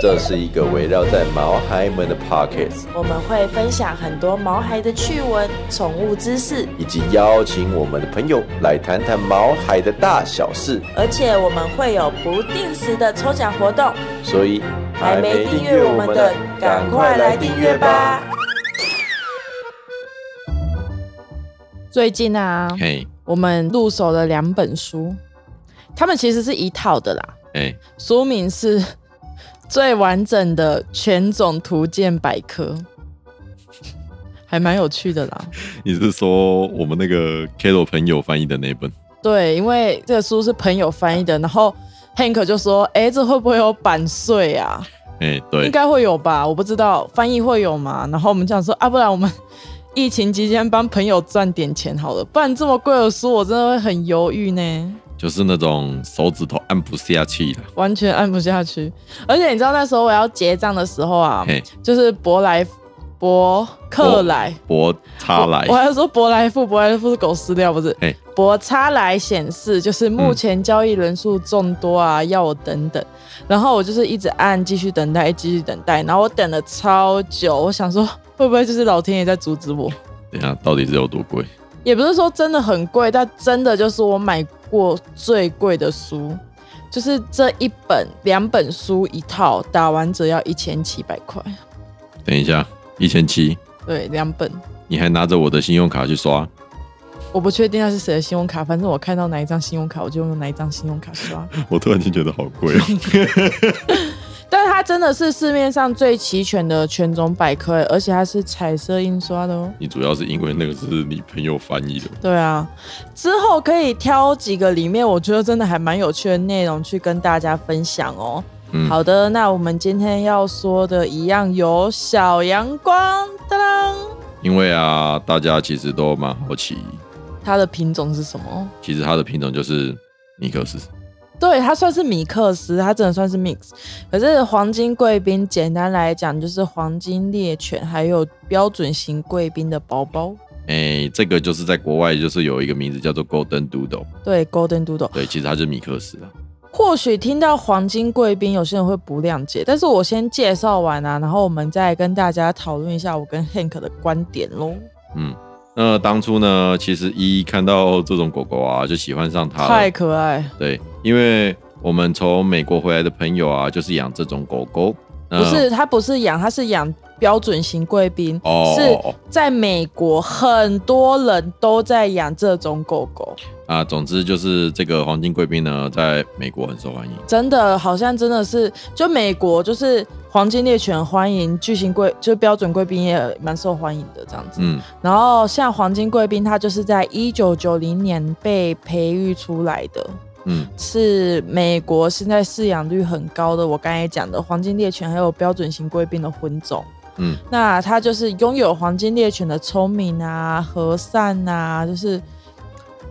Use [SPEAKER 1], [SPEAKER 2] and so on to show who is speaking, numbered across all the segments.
[SPEAKER 1] 这是一个围绕在毛孩们的 Pockets，
[SPEAKER 2] 我们会分享很多毛孩的趣闻、宠物知识，
[SPEAKER 1] 以及邀请我们的朋友来谈谈毛孩的大小事。
[SPEAKER 2] 而且我们会有不定时的抽奖活动，
[SPEAKER 1] 所以
[SPEAKER 2] 还没订阅我们的，赶快来订阅吧！！最近啊，
[SPEAKER 1] 嘿，
[SPEAKER 2] 我们入手了两本书，他们其实是一套的啦，
[SPEAKER 1] 哎，
[SPEAKER 2] 书名是《最完整的犬种图鉴百科》，还蛮有趣的啦。
[SPEAKER 3] 你是说我们那个 Kilo 朋友翻译的那一本？
[SPEAKER 2] 对，因为这个书是朋友翻译的，然后 Hank 就说：“哎、这会不会有版税啊？
[SPEAKER 3] 哎、
[SPEAKER 2] 应
[SPEAKER 3] 对，
[SPEAKER 2] 该会有吧，我不知道翻译会有吗？”然后我们想说：“啊，不然我们疫情期间帮朋友赚点钱好了，不然这么贵的书我真的会很犹豫呢，
[SPEAKER 3] 就是那种手指头按不下去的。
[SPEAKER 2] 完全按不下去。而且你知道那时候我要结账的时候啊，
[SPEAKER 3] 嘿，
[SPEAKER 2] 就是博莱博克莱。”
[SPEAKER 3] 博差来
[SPEAKER 2] 我，还说博莱富，博莱富是狗饲料，不是
[SPEAKER 3] 哎？
[SPEAKER 2] 博差来显示就是目前交易人数众多啊，要我等等。然后我就是一直按继续等待，继续等待，然后我等了超久，我想说会不会就是老天爷在阻止我？
[SPEAKER 3] 等一下啊到底是有多贵？
[SPEAKER 2] 也不是说真的很贵，但真的就是我买过最贵的书，就是这一本两本书一套打完折要一千七百块，
[SPEAKER 3] 等一下，一千七，
[SPEAKER 2] 对，两本。
[SPEAKER 3] 你还拿着我的信用卡去刷？
[SPEAKER 2] 我不确定那是谁的信用卡，反正我看到哪一张信用卡，我就用哪一张信用卡刷。
[SPEAKER 3] 我突然间觉得好贵哦、
[SPEAKER 2] 但是它真的是市面上最齐全的犬种百科，而且它是彩色印刷的哦。
[SPEAKER 3] 你主要是因为那个是你朋友翻译的，
[SPEAKER 2] 对啊，之后可以挑几个里面我觉得真的还蛮有趣的内容去跟大家分享哦。
[SPEAKER 3] 嗯
[SPEAKER 2] 好的，那我们今天要说的一样有小阳光，当当，
[SPEAKER 3] 因为啊，大家其实都蛮好奇，
[SPEAKER 2] 它的品种是什么？
[SPEAKER 3] 其实它的品种就是尼克斯。
[SPEAKER 2] 对，它算是米克斯，它真的算是 mix。可是黄金贵宾，简单来讲就是黄金猎犬，还有标准型贵宾的宝宝。
[SPEAKER 3] 哎、这个就是在国外就是有一个名字叫做 Golden Doodle，
[SPEAKER 2] 对，Golden Doodle。
[SPEAKER 3] 对，其实它就是米克斯啊。
[SPEAKER 2] 或许听到黄金贵宾，有些人会不谅解，但是我先介绍完啊，然后我们再跟大家讨论一下我跟 Hank 的观点喽。
[SPEAKER 3] 嗯，那当初呢，其实一看到这种狗狗啊，就喜欢上它
[SPEAKER 2] 太
[SPEAKER 3] 了。
[SPEAKER 2] 可爱，
[SPEAKER 3] 对，因为我们从美国回来的朋友啊，就是养这种狗狗。那
[SPEAKER 2] 不是他不是养，他是养标准型贵宾，
[SPEAKER 3] 哦
[SPEAKER 2] 是在美国很多人都在养这种狗狗，
[SPEAKER 3] 啊，总之就是这个黄金贵宾呢，在美国很受欢迎。
[SPEAKER 2] 真的好像真的是就美国就是黄金猎犬欢迎，巨型贵就标准贵宾也蛮受欢迎的这样子。
[SPEAKER 3] 嗯，
[SPEAKER 2] 然后像黄金贵宾，它就是在一九九零年被培育出来的，
[SPEAKER 3] 嗯，
[SPEAKER 2] 是美国现在饲养率很高的。我刚才讲的黄金猎犬还有标准型贵宾的混种，
[SPEAKER 3] 嗯，
[SPEAKER 2] 那它就是拥有黄金猎犬的聪明啊、和善啊，就是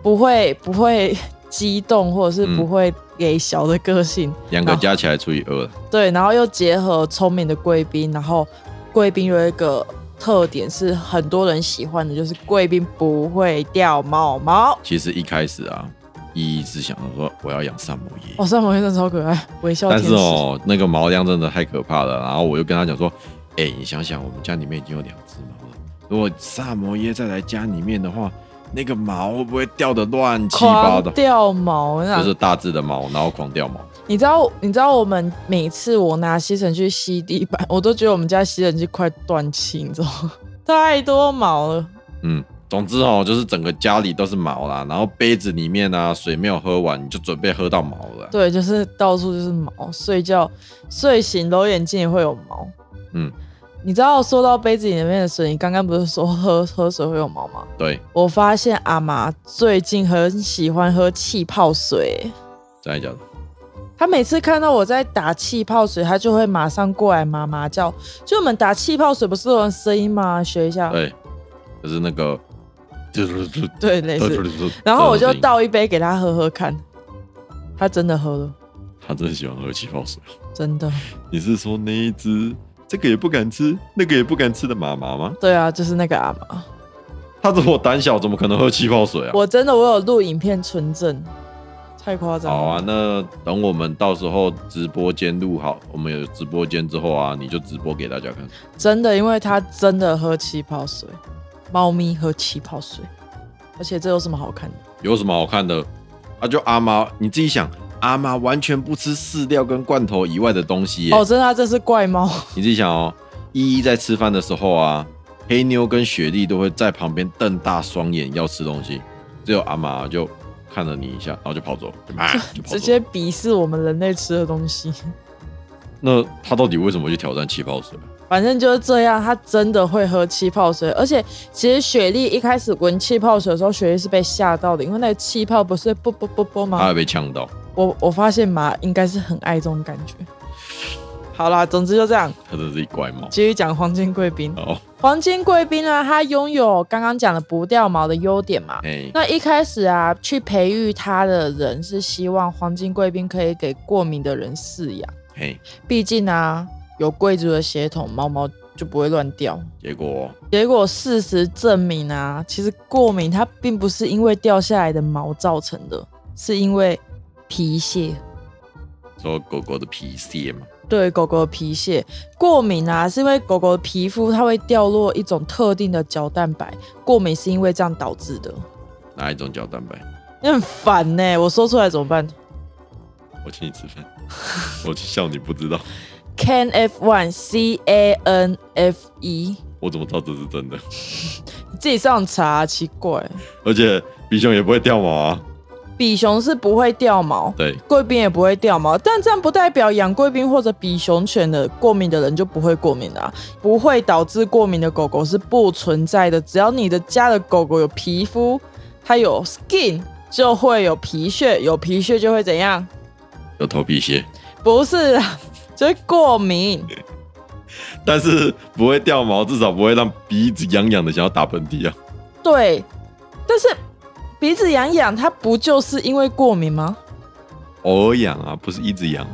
[SPEAKER 2] 不会不会激动或者是
[SPEAKER 3] 嗯
[SPEAKER 2] 不会给小的个性，
[SPEAKER 3] 两个加起来除以二了。
[SPEAKER 2] 对，然后又结合聪明的贵宾，然后贵宾有一个特点是很多人喜欢的，就是贵宾不会掉毛毛。
[SPEAKER 3] 其实一开始啊，一是想着说我要养萨摩耶，
[SPEAKER 2] 哇、哦，三毛先生超可爱，微笑
[SPEAKER 3] 但
[SPEAKER 2] 天使。
[SPEAKER 3] 是哦，那个毛量真的太可怕了。然后我就跟他讲说，哎、你想想，我们家里面已经有两只毛了，如果萨摩耶再来家里面的话，那个毛会不会掉的乱七八
[SPEAKER 2] 狂
[SPEAKER 3] 糟？
[SPEAKER 2] 掉毛，那、
[SPEAKER 3] 就是大只的毛，然后狂掉毛。
[SPEAKER 2] 你知道，你知道我们每次我拿吸尘器吸地板，我都觉得我们家吸尘器快断气，你知道吗？太多毛了。
[SPEAKER 3] 嗯，总之哦，就是整个家里都是毛啦，然后杯子里面啊水没有喝完，你就准备喝到毛了。
[SPEAKER 2] 对，就是到处就是毛，睡觉睡醒揉眼睛也会有毛。
[SPEAKER 3] 嗯，
[SPEAKER 2] 你知道说到杯子里面的水，你刚刚不是说喝喝水会有毛吗？
[SPEAKER 3] 对，
[SPEAKER 2] 我发现阿妈最近很喜欢喝气泡水，
[SPEAKER 3] 真的假的？
[SPEAKER 2] 嗯她每次看到我在打气泡水，她就会马上过来妈妈叫。就我们打气泡水不是有人声音吗？学一下，
[SPEAKER 3] 对，就是那个，就是就是
[SPEAKER 2] 对，类 似。
[SPEAKER 3] 就是
[SPEAKER 2] 然后我就
[SPEAKER 3] 这种声音，
[SPEAKER 2] 倒一杯给她喝喝看，她真的喝了。
[SPEAKER 3] 他真的喜欢喝气泡水。
[SPEAKER 2] 真的。
[SPEAKER 3] 你是说那一只这个也不敢吃，那个也不敢吃的妈妈吗？
[SPEAKER 2] 对啊，就是那个阿妈，
[SPEAKER 3] 他这么胆小，怎么可能喝气泡水啊？
[SPEAKER 2] 我真的我有录影片存证，太夸张了。
[SPEAKER 3] 好啊，那等我们到时候直播间录好，我们有直播间之后啊，你就直播给大家看。
[SPEAKER 2] 真的，因为它真的喝气泡水，猫咪喝气泡水，而且这有什么好看的？
[SPEAKER 3] 有什么好看的？啊，就阿妈，你自己想，阿妈完全不吃饲料跟罐头以外的东西耶、
[SPEAKER 2] 哦，真的，它这是怪猫，
[SPEAKER 3] 你自己想哦，依依在吃饭的时候啊，黑妞跟雪莉都会在旁边瞪大双眼要吃东西，只有阿玛就看了你一下，然后就跑走，就 啪就跑走。
[SPEAKER 2] 直接鄙视我们人类吃的东西。
[SPEAKER 3] 那他到底为什么去挑战气泡 水？
[SPEAKER 2] 反正就是这样，它真的会喝气泡水，而且其实雪莉一开始闻气泡水的时候，雪莉是被吓到的，因为那个气泡不是啵啵啵啵吗？
[SPEAKER 3] 他会被呛到，
[SPEAKER 2] 我我发现马应该是很爱这种感觉。好啦，总之就这样，
[SPEAKER 3] 他真是一乖 猫。
[SPEAKER 2] 继续讲黄金贵宾。
[SPEAKER 3] 哦，
[SPEAKER 2] 黄金贵宾呢，它拥有刚刚讲的不掉毛的优点嘛。
[SPEAKER 3] 哎，
[SPEAKER 2] 那一开始啊，去培育它的人是希望黄金贵宾可以给过敏的人饲养，
[SPEAKER 3] 嘿，
[SPEAKER 2] 毕竟啊，有贵族的血统，毛毛就不会乱掉。
[SPEAKER 3] 结果
[SPEAKER 2] 结果事实证明啊，其实过敏它并不是因为掉下来的毛造成的，是因为皮屑。
[SPEAKER 3] 说狗狗的皮屑嘛，
[SPEAKER 2] 对狗狗的皮屑过敏啊，是因为狗狗的皮肤它会掉落一种特定的角蛋白，过敏是因为这样导致的。
[SPEAKER 3] 哪一种角蛋白？
[SPEAKER 2] 你很烦呢、欸我说出来怎么办
[SPEAKER 3] 我请你吃 饭，我去笑你不知道，
[SPEAKER 2] ？Can F one C A N F E，
[SPEAKER 3] 我怎么知道这是真的？
[SPEAKER 2] 你自己上网查、奇怪。
[SPEAKER 3] 而且比熊也不会掉毛啊，
[SPEAKER 2] 比熊是不会掉毛，
[SPEAKER 3] 对，
[SPEAKER 2] 贵宾也不会掉毛，但这样不代表养贵宾或者比熊犬的过敏的人就不会过敏啊。不会导致过敏的狗狗是不存在的，只要你的家的狗狗有皮肤，它有 skin 就会有皮屑，有皮屑就会怎样？
[SPEAKER 3] 有头皮屑。
[SPEAKER 2] 不是啊， 就是过敏。
[SPEAKER 3] 但是不会掉毛，至少不会让鼻子痒痒的想要打喷嚏啊。
[SPEAKER 2] 对，但是鼻子痒痒，它不就是因为过敏吗？
[SPEAKER 3] 偶尔痒啊，不是一直痒。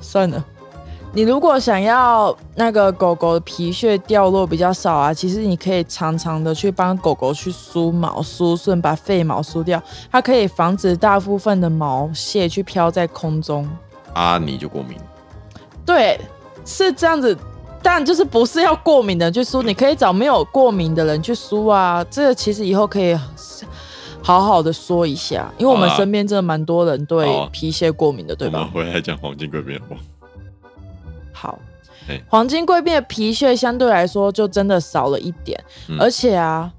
[SPEAKER 2] 算了，你如果想要那个狗狗的皮屑掉落比较少啊，其实你可以常常的去帮狗狗去梳毛、梳顺，把废毛梳掉，它可以防止大部分的毛屑去飘在空中。
[SPEAKER 3] 啊，你就过敏。
[SPEAKER 2] 对，是这样子。但就是不是要过敏的人去梳，你可以找没有过敏的人去梳啊。这个其实以后可以好好的说一下，因为我们
[SPEAKER 3] 好啊嗯
[SPEAKER 2] 身边真的蛮多人对
[SPEAKER 3] 好啊
[SPEAKER 2] 皮屑过敏的，对
[SPEAKER 3] 我
[SPEAKER 2] 吧
[SPEAKER 3] 们？回来讲黄金贵宾好不好？
[SPEAKER 2] 好
[SPEAKER 3] 对，
[SPEAKER 2] 黄金贵宾的皮屑相对来说就真的少了一点，
[SPEAKER 3] 嗯
[SPEAKER 2] 而且啊，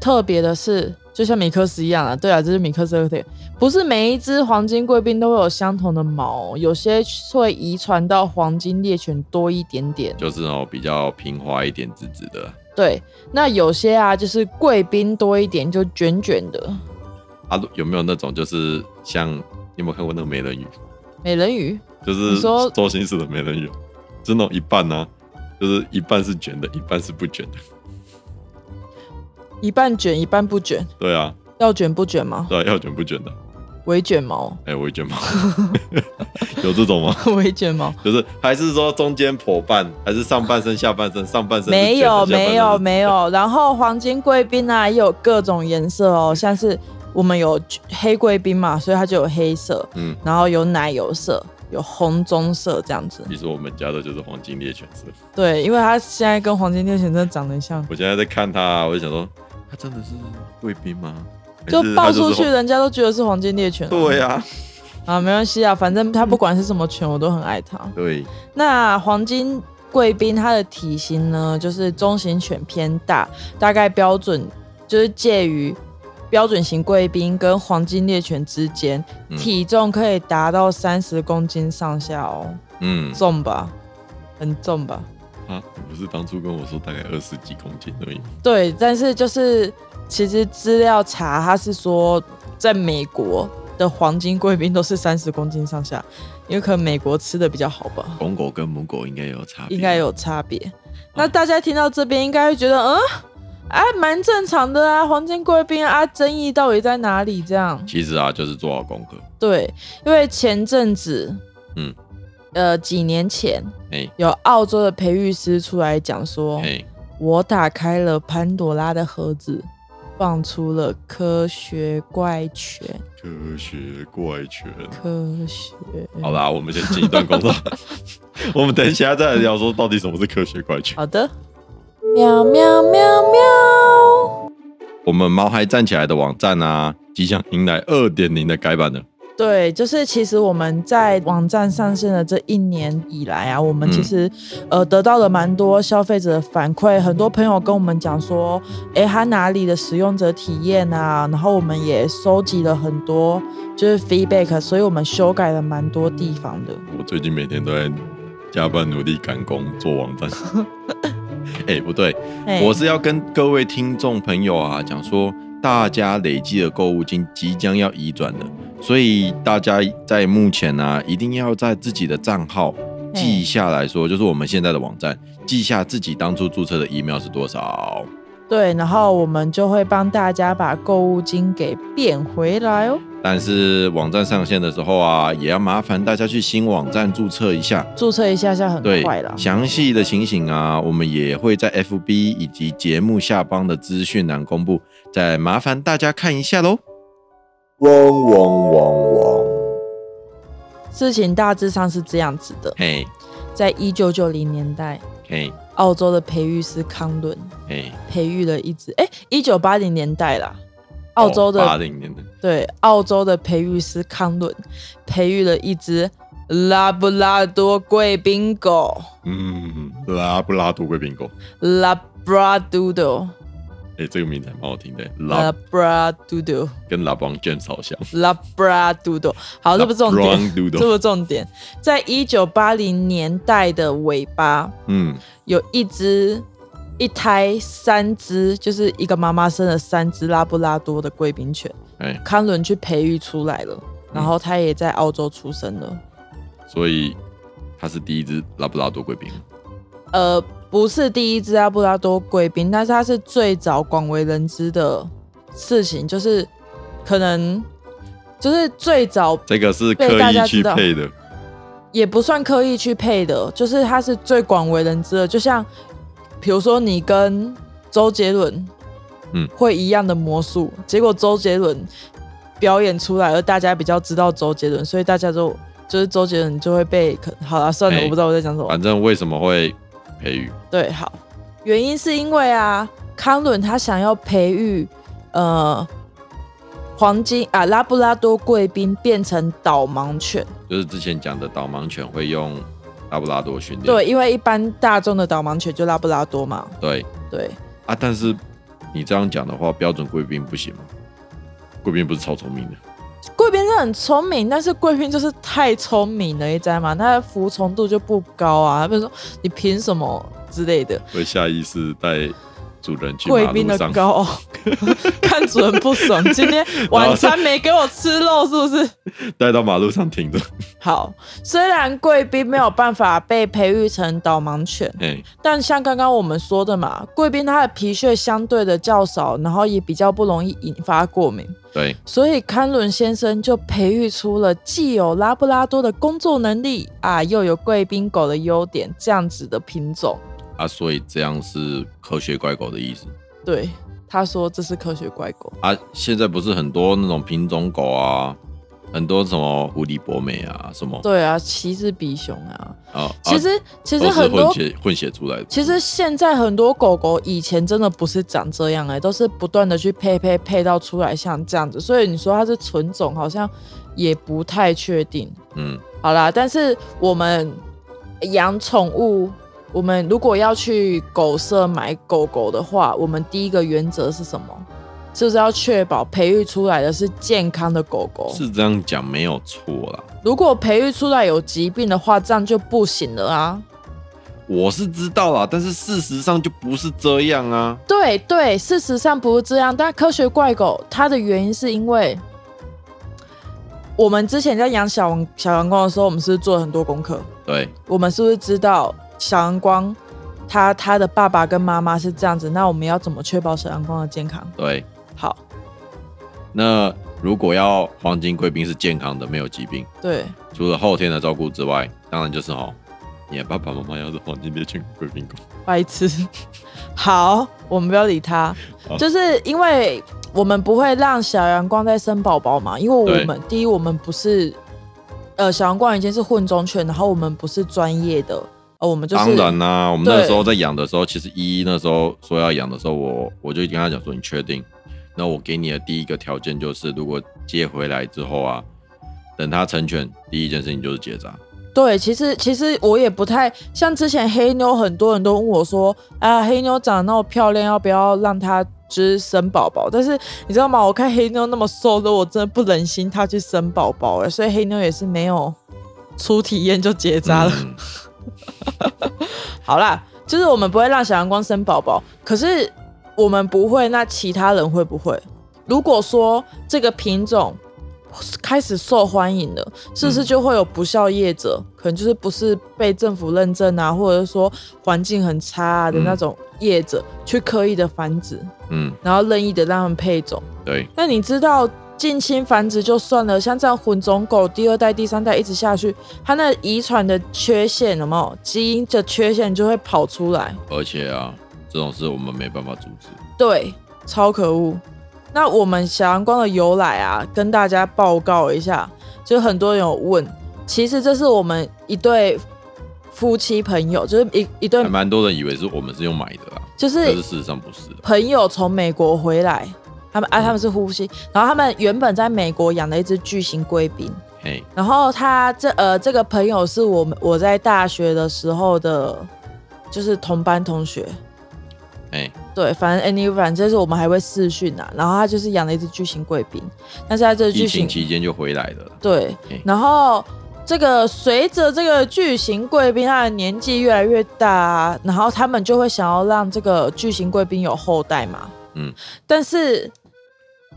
[SPEAKER 2] 特别的是，就像米克斯一样啊，对啊，这是米克斯的特点，不是每一只黄金贵宾都会有相同的毛，有些会遗传到黄金猎犬多一点点。
[SPEAKER 3] 就是哦，比较平滑一点，直直的啊。
[SPEAKER 2] 对，那有些啊，就是贵宾多一点，就卷卷的
[SPEAKER 3] 啊有没有那种就是像你有没有看过那个美人鱼？
[SPEAKER 2] 美人鱼。
[SPEAKER 3] 就是
[SPEAKER 2] 你说
[SPEAKER 3] 周星驰的美人鱼，就那种一半呢、就是一半是卷的，一半是不卷的。
[SPEAKER 2] 一半卷一半不卷，
[SPEAKER 3] 对啊，
[SPEAKER 2] 要卷不卷吗？
[SPEAKER 3] 对啊，要卷不卷的？
[SPEAKER 2] 微卷毛，
[SPEAKER 3] 哎、我也卷毛， 有这种吗？
[SPEAKER 2] 微卷毛，
[SPEAKER 3] 就是还是说中间剖半，还是上半身、下半身、上半身是
[SPEAKER 2] 没有
[SPEAKER 3] 卷的
[SPEAKER 2] 没有，
[SPEAKER 3] 下半身是
[SPEAKER 2] 没有。然后黄金贵宾啊，也有各种颜色哦，像是我们有黑贵宾嘛，所以它就有黑色，
[SPEAKER 3] 嗯，
[SPEAKER 2] 然后有奶油色，有红棕色这样子。
[SPEAKER 3] 其实我们家的就是黄金猎犬色。
[SPEAKER 2] 对，因为它现在跟黄金猎犬真的长得很像，
[SPEAKER 3] 我现在在看它，我就想说，它真的是贵宾吗？
[SPEAKER 2] 就
[SPEAKER 3] 还是它
[SPEAKER 2] 抱
[SPEAKER 3] 就
[SPEAKER 2] 出
[SPEAKER 3] 是
[SPEAKER 2] 去，人家都觉得是黄金猎犬、
[SPEAKER 3] 对、呀、
[SPEAKER 2] 啊，没关系啊，反 正它不管是什么犬，我都很爱它。
[SPEAKER 3] 对，
[SPEAKER 2] 那黄金贵宾它的体型呢，就是中型犬偏大，大概标准就是介于标准型贵宾跟黄金猎犬之间，
[SPEAKER 3] 嗯
[SPEAKER 2] 体重可以达到三十公斤上下哦，
[SPEAKER 3] 嗯，
[SPEAKER 2] 重吧，很重吧？
[SPEAKER 3] 啊，你不是当初跟我说大概二十几公斤而已？
[SPEAKER 2] 对，但是就是其实资料查，它是说在美国的黄金贵宾都是三十公斤上下，因为可能美国吃的比较好吧。
[SPEAKER 3] 公狗跟母狗应该有差别，
[SPEAKER 2] 应该有差别。那大家听到这边应该会觉得，嗯，哎，蛮正常的啊，黄金贵宾啊，争议到底在哪里？这样
[SPEAKER 3] 其实啊，就是做好功课。
[SPEAKER 2] 对，因为前阵子，
[SPEAKER 3] 嗯，
[SPEAKER 2] 呃，几年前
[SPEAKER 3] 哎
[SPEAKER 2] 有澳洲的培育师出来讲说，
[SPEAKER 3] 哎，
[SPEAKER 2] 我打开了潘朵拉的盒子，放出了科学怪犬，
[SPEAKER 3] 科学怪犬。
[SPEAKER 2] 科学。
[SPEAKER 3] 好啦，我们先进一段广告， 我们等一下再来聊说到底什么是科学怪犬。
[SPEAKER 2] 好的，喵喵喵喵。
[SPEAKER 3] 我们毛孩站起来的网站啊，即将迎来二点零的改版了。
[SPEAKER 2] 对，就是其实我们在网站上线的这一年以来啊，我们
[SPEAKER 3] 嗯
[SPEAKER 2] 其实、呃得到了蛮多消费者的反馈，很多朋友跟我们讲说，诶，他哪里的使用者体验啊，然后我们也收集了很多就是 feedback，所以我们修改了蛮多地方的。
[SPEAKER 3] 我最近每天都在加班努力赶工做网站。 哎、不对，
[SPEAKER 2] 嘿
[SPEAKER 3] 我是要跟各位听众朋友啊讲说，大家累积的购物金即将要移转了，所以大家在目前啊，一定要在自己的账号记下来说，就是我们现在的网站记下自己当初注册的 email 是多少。
[SPEAKER 2] 对，然后我们就会帮大家把购物金给变回来哦。
[SPEAKER 3] 但是网站上线的时候啊，也要麻烦大家去新网站注册一下。
[SPEAKER 2] 注册一下下很
[SPEAKER 3] 对
[SPEAKER 2] 快啦，。
[SPEAKER 3] 详细的情形啊，我们也会在 FB 以及节目下方的资讯栏公布，再麻烦大家看一下喽。
[SPEAKER 1] 嗡嗡嗡嗡，
[SPEAKER 2] 事情大致上是这样子的，
[SPEAKER 3] 嘿，
[SPEAKER 2] 在一九九零年代，
[SPEAKER 3] 嘿，
[SPEAKER 2] 澳洲的培育师康伦
[SPEAKER 3] 嘿，
[SPEAKER 2] 培育了一只，哎，一九八零年代啦，澳洲的、
[SPEAKER 3] 哦八零年的
[SPEAKER 2] 对，澳洲的培育师康伦培育了一只拉布拉多贵宾狗
[SPEAKER 3] 嗯，拉布拉多贵宾狗，
[SPEAKER 2] （Labradoodle）。
[SPEAKER 3] 哎、这个名字还蛮好听的，拉
[SPEAKER 2] Labradoodle，
[SPEAKER 3] 跟拉邦 James 好像。
[SPEAKER 2] Labradoodle，好，这不是重点，
[SPEAKER 3] Labradoodle
[SPEAKER 2] 这不是重点。在一九八零年代的尾巴，
[SPEAKER 3] 嗯，
[SPEAKER 2] 有一只、一胎、三只，就是一个妈妈生了三只拉布拉多的贵宾犬，
[SPEAKER 3] 哎、
[SPEAKER 2] 康伦去培育出来了，然后它也在澳洲出生了。
[SPEAKER 3] 所以它是第一只拉布拉多贵宾。
[SPEAKER 2] 呃，不是第一只拉布拉多贵宾，但是它是最早广为人知的事情，就是可能就是最早
[SPEAKER 3] 这个是刻
[SPEAKER 2] 被大家
[SPEAKER 3] 意
[SPEAKER 2] 知
[SPEAKER 3] 去
[SPEAKER 2] 道
[SPEAKER 3] 配的，
[SPEAKER 2] 也不算刻意去配的，就是它是最广为人知的。就像比如说你跟周杰伦，
[SPEAKER 3] 嗯
[SPEAKER 2] 会一样的魔术，结果周杰伦表演出来，而大家比较知道周杰伦，所以大家就就是周杰伦就会被可好啦，算了，
[SPEAKER 3] 哎
[SPEAKER 2] 我不知道我在讲什么。
[SPEAKER 3] 反正为什么会培育？
[SPEAKER 2] 对，好，原因是因为啊，康伦他想要培育呃黄金啊拉布拉多贵宾变成导盲犬。
[SPEAKER 3] 就是之前讲的导盲犬会用拉布拉多训练。
[SPEAKER 2] 对，因为一般大众的导盲犬就拉布拉多嘛。
[SPEAKER 3] 对，
[SPEAKER 2] 对，
[SPEAKER 3] 啊，但是你这样讲的话，标准贵宾不行吗？贵宾不是超聪明的，
[SPEAKER 2] 贵宾是很聪明，但是贵宾就是太聪明了，你知道吗？它的服从度就不高啊。比如说，你凭什么之类的？
[SPEAKER 3] 会下意识带主人去
[SPEAKER 2] 贵
[SPEAKER 3] 马
[SPEAKER 2] 宾
[SPEAKER 3] 路
[SPEAKER 2] 的
[SPEAKER 3] 上。
[SPEAKER 2] 高傲， 看主人不爽。今天晚餐没给我吃肉，是不是？
[SPEAKER 3] 带到马路上停着。
[SPEAKER 2] 好，虽然贵宾没有办法被培育成导盲犬，
[SPEAKER 3] 哎、
[SPEAKER 2] 但像刚刚我们说的嘛，贵宾它的皮屑相对的较少，然后也比较不容易引发过敏，
[SPEAKER 3] 对，
[SPEAKER 2] 所以康伦先生就培育出了既有拉布拉多的工作能力啊，又有贵宾狗的优点这样子的品种。
[SPEAKER 3] 啊，所以这样是科学怪狗的意思
[SPEAKER 2] 对，他说这是科学怪狗。
[SPEAKER 3] 啊。现在不是很多那种品种狗啊，很多什么狐狸博美啊，什么
[SPEAKER 2] 对啊，其实比熊啊，
[SPEAKER 3] 啊，
[SPEAKER 2] 其实、
[SPEAKER 3] 啊
[SPEAKER 2] 其实
[SPEAKER 3] 都是
[SPEAKER 2] 很多
[SPEAKER 3] 混血混血出来的。
[SPEAKER 2] 其实现在很多狗狗以前真的不是长这样哎、都是不断的去配配配到出来像这样子，所以你说它是纯种，好像也不太确定。
[SPEAKER 3] 嗯，
[SPEAKER 2] 好啦，但是我们养宠物，我们如果要去狗舍买狗狗的话，我们第一个原则是什么？就是要确保培育出来的是健康的狗狗。
[SPEAKER 3] 是这样讲没有错啦。
[SPEAKER 2] 如果培育出来有疾病的话，这样就不行了啊。
[SPEAKER 3] 我是知道啦，但是事实上就不是这样啊。
[SPEAKER 2] 对对，事实上不是这样，但科学怪狗它的原因是因为我们之前在养小王小阳光的时候，我们是不是做了很多功课，
[SPEAKER 3] 对，
[SPEAKER 2] 我们是不是知道小阳光他他的爸爸跟妈妈是这样子，那我们要怎么确保沈阳光的健康？
[SPEAKER 3] 对，
[SPEAKER 2] 好，
[SPEAKER 3] 那如果要黄金贵宾是健康的，没有疾病，
[SPEAKER 2] 对，
[SPEAKER 3] 除了后天的照顾之外，当然就是哦，你的爸爸妈妈要是黄金猎犬贵宾狗，
[SPEAKER 2] 白痴。 好，我们不要理他
[SPEAKER 3] 好，
[SPEAKER 2] 就是因为我们不会让小阳光再生宝宝嘛，因为
[SPEAKER 3] 对
[SPEAKER 2] 我们第一我们不是，呃，小阳光已经是混种犬，然后我们不是专业的，呃，我们就是
[SPEAKER 3] 当然啦、我们
[SPEAKER 2] 对
[SPEAKER 3] 那时候在养的时候，其实依依那时候说要养的时候，我我就跟他讲说，你确定？那我给你的第一个条件就是，如果接回来之后啊，等它成犬，第一件事情就是结扎。
[SPEAKER 2] 对，其实其实我也不太像之前黑妞，很多人都问我说，啊，黑妞长得那么漂亮，要不要让她就是生宝宝？但是你知道吗？我看黑妞那么瘦的，我真的不忍心她去生宝宝哎，所以黑妞也是没有初体验就结扎了。
[SPEAKER 3] 嗯
[SPEAKER 2] 好啦，就是我们不会让小阳光生宝宝，可是我们不会，那其他人会不会？如果说这个品种开始受欢迎了，是不是就会有不孝业者？可能就是不是被政府认证啊，或者说环境很差、啊、的那种业者、去刻意的繁殖，
[SPEAKER 3] 嗯，
[SPEAKER 2] 然后任意的让他们配种。
[SPEAKER 3] 对，
[SPEAKER 2] 那你知道近亲繁殖就算了，像这样混种狗第二代、第三代一直下去，它那遗传的缺陷有没有基因的缺陷就会跑出来？
[SPEAKER 3] 而且啊，这种事我们没办法阻止。
[SPEAKER 2] 对，超可恶。那我们小阳光的由来啊，跟大家报告一下，就很多人有问，其实这是我们一对夫妻朋友，就是一一对
[SPEAKER 3] 还，蛮多人以为是我们是用买的啦，
[SPEAKER 2] 就是
[SPEAKER 3] 可是事实上不是啊的。
[SPEAKER 2] 朋友从美国回来，他
[SPEAKER 3] 嗯
[SPEAKER 2] 们啊他们是呼吸，然后他们原本在美国养了一只巨型贵宾，
[SPEAKER 3] 嘿，
[SPEAKER 2] 然后他这呃这个朋友是我们我在大学的时候的，就是同班同学。
[SPEAKER 3] 哎，
[SPEAKER 2] 对，反正 anyway，反正就是我们还会视讯啊。然后他就是养了一只巨型贵宾，但是他这个
[SPEAKER 3] 疫
[SPEAKER 2] 巨
[SPEAKER 3] 情
[SPEAKER 2] 型
[SPEAKER 3] 期间就回来了啦。
[SPEAKER 2] 对
[SPEAKER 3] 嘿，
[SPEAKER 2] 然后这个随着这个巨型贵宾它的年纪越来越大啊，然后他们就会想要让这个巨型贵宾有后代嘛。
[SPEAKER 3] 嗯，
[SPEAKER 2] 但是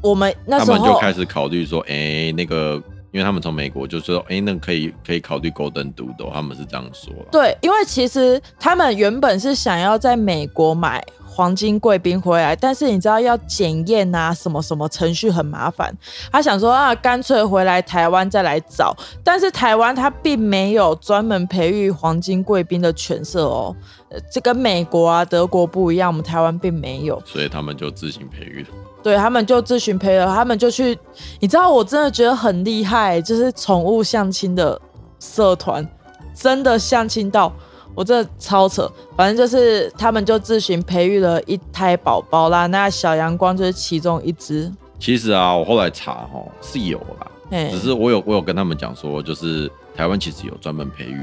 [SPEAKER 2] 我们那
[SPEAKER 3] 他
[SPEAKER 2] 时
[SPEAKER 3] 们就
[SPEAKER 2] 候
[SPEAKER 3] 开始考虑说，哎、那个，因为他们从美国就说，哎、那个可以可以考虑 Golden Doodle，他们是这样说了。
[SPEAKER 2] 对，因为其实他们原本是想要在美国买黄金贵宾回来，但是你知道要检验啊，什么什么程序很麻烦。他想说啊，干脆回来台湾再来找，但是台湾它并没有专门培育黄金贵宾的犬舍哦，呃这跟美国啊、德国不一样，我们台湾并没有。
[SPEAKER 3] 所以他们就自行培育了。
[SPEAKER 2] 对他们就咨询培了，他们就去，你知道我真的觉得很厉害，就是宠物相亲的社团，真的相亲到我真的超扯。反正就是他们就自行培育了一胎宝宝啦，那小阳光就是其中一只，
[SPEAKER 3] 其实啊，我后来查哦，是有啦，
[SPEAKER 2] 哎
[SPEAKER 3] 只，是我有我有跟他们讲说，就是台湾其实有专门培育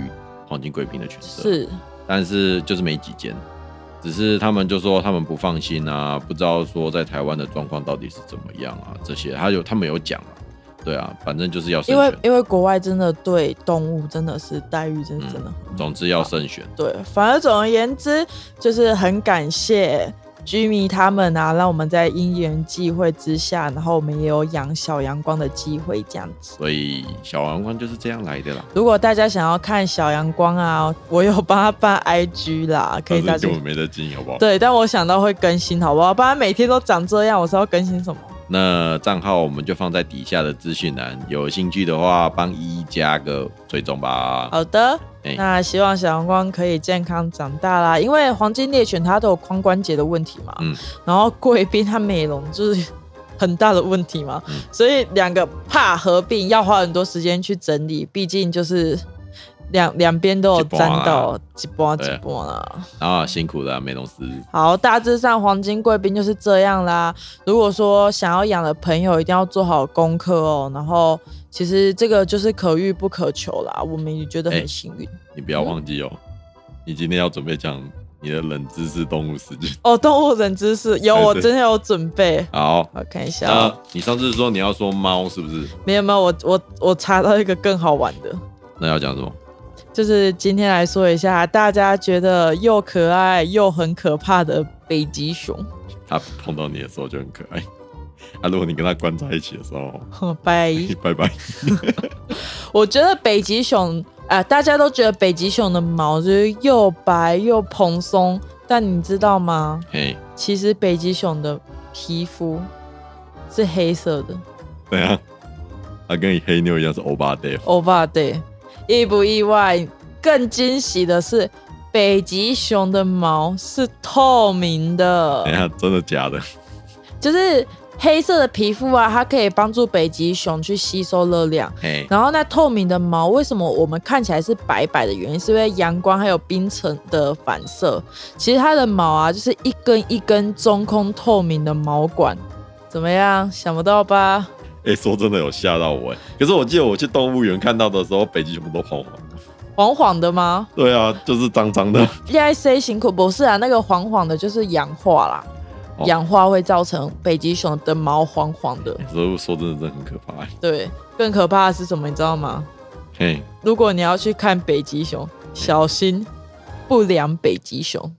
[SPEAKER 3] 黄金贵宾的犬舍，，
[SPEAKER 2] 是
[SPEAKER 3] 但是就是没几间，只是他们就说他们不放心啊，不知道说在台湾的状况到底是怎么样啊，这些他有他们有讲啊，对啊，反正就是要慎
[SPEAKER 2] 因为
[SPEAKER 3] 选，
[SPEAKER 2] 因为国外真的对动物真的是待遇真的真的很好。
[SPEAKER 3] 总之要慎选。
[SPEAKER 2] 对，反正总而言之，就是很感谢居民他们啊，让我们在因缘际会之下，然后我们也有养小阳光的机会，这样子。
[SPEAKER 3] 所以小王冠就是这样来的啦，
[SPEAKER 2] 如果大家想要看小阳光啊，我有帮他办 IG 啦，可以大
[SPEAKER 3] 但是
[SPEAKER 2] 家
[SPEAKER 3] 根本没得进，好不好？
[SPEAKER 2] 对，但我想到会更新，好不好？不然每天都长这样，我是要更新什么？
[SPEAKER 3] 那账号我们就放在底下的资讯栏，有兴趣的话帮依依加个追踪吧。
[SPEAKER 2] 好的
[SPEAKER 3] 哎，
[SPEAKER 2] 那希望小阳光可以健康长大啦，因为黄金猎犬它都有髋关节的问题嘛，
[SPEAKER 3] 嗯
[SPEAKER 2] 然后贵宾它美容就是很大的问题嘛，
[SPEAKER 3] 嗯
[SPEAKER 2] 所以两个怕合并要花很多时间去整理，毕竟就是两两边都有
[SPEAKER 3] 一半啊
[SPEAKER 2] 沾到几波几
[SPEAKER 3] 对
[SPEAKER 2] 波啦。
[SPEAKER 3] 然后啊辛苦了、美容师，
[SPEAKER 2] 好，大致上黄金贵宾就是这样啦。如果说想要养的朋友，一定要做好功课哦。然后其实这个就是可遇不可求啦，我们也觉得
[SPEAKER 3] 哎
[SPEAKER 2] 很幸运。
[SPEAKER 3] 你不要忘记哦，你今天要准备讲你的冷知识动物 时间。
[SPEAKER 2] 哦，动物冷知识有，
[SPEAKER 3] 哎对
[SPEAKER 2] 我
[SPEAKER 3] 对
[SPEAKER 2] 真的有准备。
[SPEAKER 3] 好，
[SPEAKER 2] 我看一下哦、
[SPEAKER 3] 那你上次说你要说猫是不是？
[SPEAKER 2] 没有没有，我我我查到一个更好玩的，
[SPEAKER 3] 那要讲什么？
[SPEAKER 2] 就是今天来说一下，大家觉得又可爱又很可怕的北极熊，
[SPEAKER 3] 它碰到你的时候就很可爱。 啊，如果你跟它关在一起的时候，
[SPEAKER 2] 拜。
[SPEAKER 3] 拜拜。
[SPEAKER 2] 我觉得北极熊啊、大家都觉得北极熊的毛就是又白又蓬松，但你知道吗？
[SPEAKER 3] 嘿，
[SPEAKER 2] 其实北极熊的皮肤是黑色的。
[SPEAKER 3] 对啊，它跟黑妞一样是欧巴 d a
[SPEAKER 2] 欧巴对，意不意外？更惊喜的是，北极熊的毛是透明的
[SPEAKER 3] 等 一，下，真的假的？
[SPEAKER 2] 就是黑色的皮肤啊，它可以帮助北极熊去吸收热量。
[SPEAKER 3] 嘿，
[SPEAKER 2] 然后那透明的毛，为什么我们看起来是白白的？原因是因为阳光还有冰层的反射。其实它的毛啊，就是一根一根中空透明的毛管，怎么样？想不到吧？
[SPEAKER 3] 哎，说真的有吓到我哎。可是我记得我去动物园看到的时候，北极熊都跑了。
[SPEAKER 2] 黄黄的吗？
[SPEAKER 3] 对啊，就是脏脏的。
[SPEAKER 2] 恋爱 C 型恐不是啊，那个黄黄的就是氧化啦，
[SPEAKER 3] 哦
[SPEAKER 2] 氧化会造成北极熊的毛黄黄的。
[SPEAKER 3] 所以说真的，真的很可怕哎。
[SPEAKER 2] 对，更可怕的是什么？你知道吗？
[SPEAKER 3] 嘿，
[SPEAKER 2] 如果你要去看北极熊，小心不良北极熊。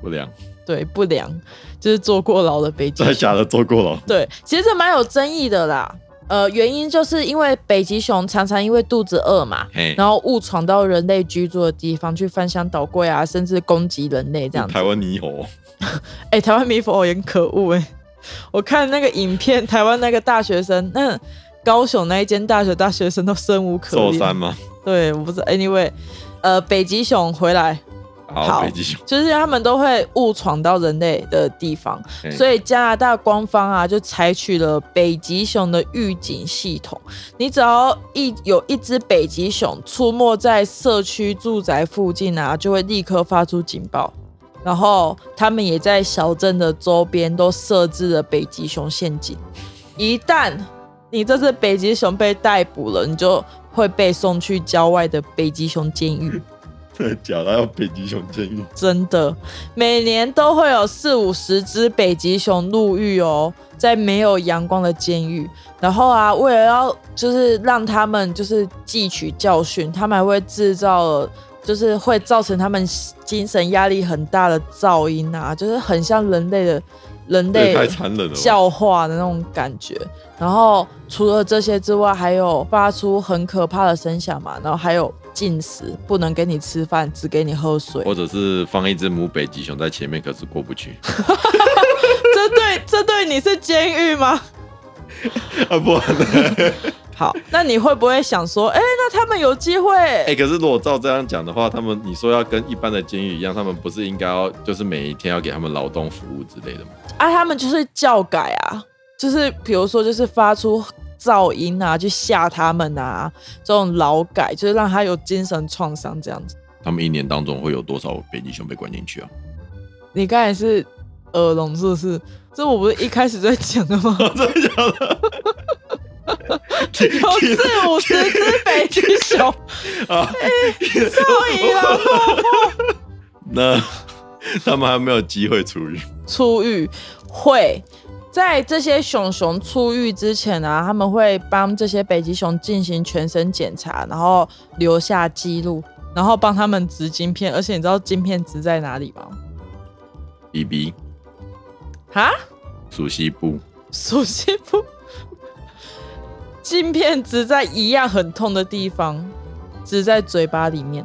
[SPEAKER 3] 不良，
[SPEAKER 2] 对，不良就是坐过牢的北极
[SPEAKER 3] 在
[SPEAKER 2] 熊。
[SPEAKER 3] 假的坐过牢。
[SPEAKER 2] 对，其实这蛮有争议的啦。呃，原因就是因为北极熊常常因为肚子饿嘛，
[SPEAKER 3] 嘿，
[SPEAKER 2] 然后误闯到人类居住的地方去翻箱倒柜啊，甚至攻击人类这样子。
[SPEAKER 3] 台湾猕猴，
[SPEAKER 2] 哎、台湾米粉偶也很可恶哎、我看那个影片，台湾那个大学生，嗯，高雄那一间大学大学生都生无可
[SPEAKER 3] 寿山
[SPEAKER 2] 恋。
[SPEAKER 3] 吗？
[SPEAKER 2] 对，我不知道。Anyway，呃，北极熊回来，好
[SPEAKER 3] 好，北极熊。
[SPEAKER 2] 就是他们都会误闯到人类的地方，
[SPEAKER 3] 嘿
[SPEAKER 2] 所以加拿大官方啊就采取了北极熊的预警系统。你只要一有一只北极熊出没在社区住宅附近啊，就会立刻发出警报。然后他们也在小镇的周边都设置了北极熊陷阱。一旦你这只北极熊被逮捕了，你就会被送去郊外的北极熊监狱。
[SPEAKER 3] 真的假的？还有北极熊监狱。
[SPEAKER 2] 真的，每年都会有四五十只北极熊入狱哦，在没有阳光的监狱。然后啊，为了要就是让他们就是汲取教训，他们还会制造就是会造成他们精神压力很大的噪音啊，就是很像人类的人
[SPEAKER 3] 这
[SPEAKER 2] 类
[SPEAKER 3] 也太残忍了吧！
[SPEAKER 2] 教化的那种感觉。然后除了这些之外，还有发出很可怕的声响嘛，然后还有进食，不能给你吃饭，只给你喝水。
[SPEAKER 3] 或者是放一只母北极熊在前面，可是过不去。
[SPEAKER 2] 这对这对你是监狱吗？
[SPEAKER 3] 啊不然呢，
[SPEAKER 2] 好，那你会不会想说，哎、那他们有机会？
[SPEAKER 3] 哎、可是如果照这样讲的话，他们你说要跟一般的监狱一样，他们不是应该要就是每一天要给他们劳动服务之类的吗？
[SPEAKER 2] 啊，他们就是教改啊，就是比如说，就是发出噪音啊，去吓他们啊，这种劳改，就是让他有精神创伤这样子。
[SPEAKER 3] 他们一年当中会有多少北极熊被关进去 啊？
[SPEAKER 2] 你刚才是耳聋是不是？这我不是一开始在讲的吗？
[SPEAKER 3] 真的假的？
[SPEAKER 2] 有四五十只北极熊，
[SPEAKER 3] 啊，
[SPEAKER 2] 都一样
[SPEAKER 3] 那他们还没有机会出狱。
[SPEAKER 2] 出狱会。在这些熊熊出狱之前啊，他们会帮这些北极熊进行全身检查，然后留下记录，然后帮他们植晶片。而且你知道晶片植在哪里吗？
[SPEAKER 3] B B
[SPEAKER 2] 哈，
[SPEAKER 3] 熟悉部，
[SPEAKER 2] 熟悉 不？晶片植在一样很痛的地方，植在嘴巴里面，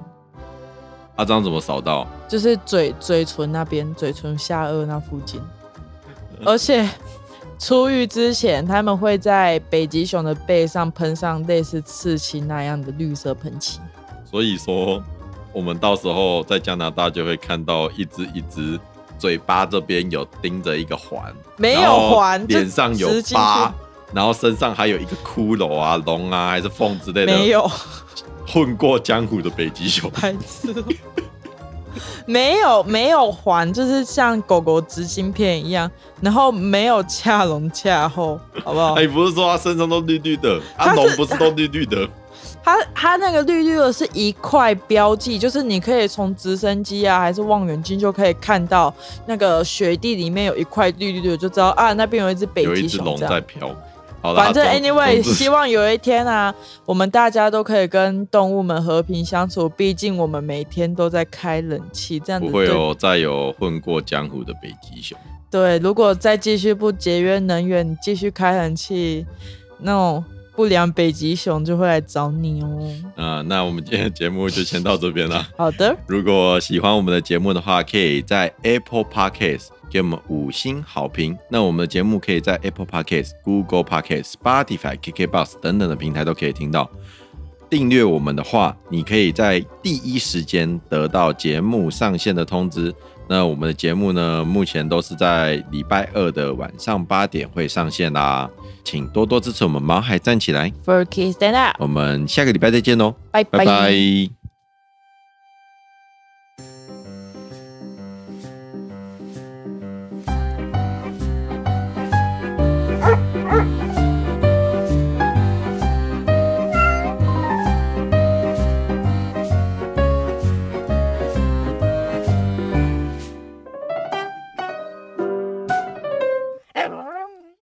[SPEAKER 3] 阿啊张怎么扫到？
[SPEAKER 2] 就是嘴嘴唇那边，嘴唇下颚那附近。而且出狱之前，他们会在北极熊的背上喷上类似刺青那样的绿色喷漆。
[SPEAKER 3] 所以说，我们到时候在加拿大就会看到一只一只嘴巴这边有钉着一个环，
[SPEAKER 2] 没
[SPEAKER 3] 然
[SPEAKER 2] 有
[SPEAKER 3] 后
[SPEAKER 2] 环，
[SPEAKER 3] 脸
[SPEAKER 2] 就
[SPEAKER 3] 上有
[SPEAKER 2] 直进去
[SPEAKER 3] 疤，然后身上还有一个骷髅啊、龙啊还是凤之类的，
[SPEAKER 2] 没有，。
[SPEAKER 3] 混过江湖的北极熊
[SPEAKER 2] 白痴哦、没有没有环，就是像狗狗植芯片一样，然后没有恰龙恰后，好不好？
[SPEAKER 3] 哎，不是说它身上都绿绿的，啊，
[SPEAKER 2] 哦它是
[SPEAKER 3] 龙不是都绿绿的？
[SPEAKER 2] 它它那个绿绿的是一块标记，就是你可以从直升机啊还是望远镜就可以看到那个雪地里面有一块绿绿的，就知道啊那边有一只 北
[SPEAKER 3] 有一
[SPEAKER 2] 极
[SPEAKER 3] 只
[SPEAKER 2] 熊
[SPEAKER 3] 龙
[SPEAKER 2] 这
[SPEAKER 3] 在
[SPEAKER 2] 样。
[SPEAKER 3] 飘。好啦
[SPEAKER 2] 反正
[SPEAKER 3] 总
[SPEAKER 2] anyway，
[SPEAKER 3] 总之
[SPEAKER 2] 希望有一天啊，我们大家都可以跟动物们和平相处。毕竟我们每天都在开冷气，这样子
[SPEAKER 3] 不会哦
[SPEAKER 2] 对
[SPEAKER 3] 有再有混过江湖的北极熊。
[SPEAKER 2] 对，如果再继续不节约能源，继续开冷气，那种不良北极熊就会来找你哦。
[SPEAKER 3] 啊、那我们今天的节目就先到这边了。
[SPEAKER 2] 好的，
[SPEAKER 3] 如果喜欢我们的节目的话，可以在 Apple Podcast 给我们五星好评。那我们的节目可以在 Apple Podcast、Google Podcast、Spotify、KKBox 等等的平台都可以听到。订阅我们的话，你可以在第一时间得到节目上线的通知。那我们的节目呢，目前都是在礼拜二的晚上八点会上线啦，请多多支持我们毛孩站起来。
[SPEAKER 2] For Kids Stand Up，
[SPEAKER 3] 我们下个礼拜再见喽，
[SPEAKER 2] 拜
[SPEAKER 3] 拜拜。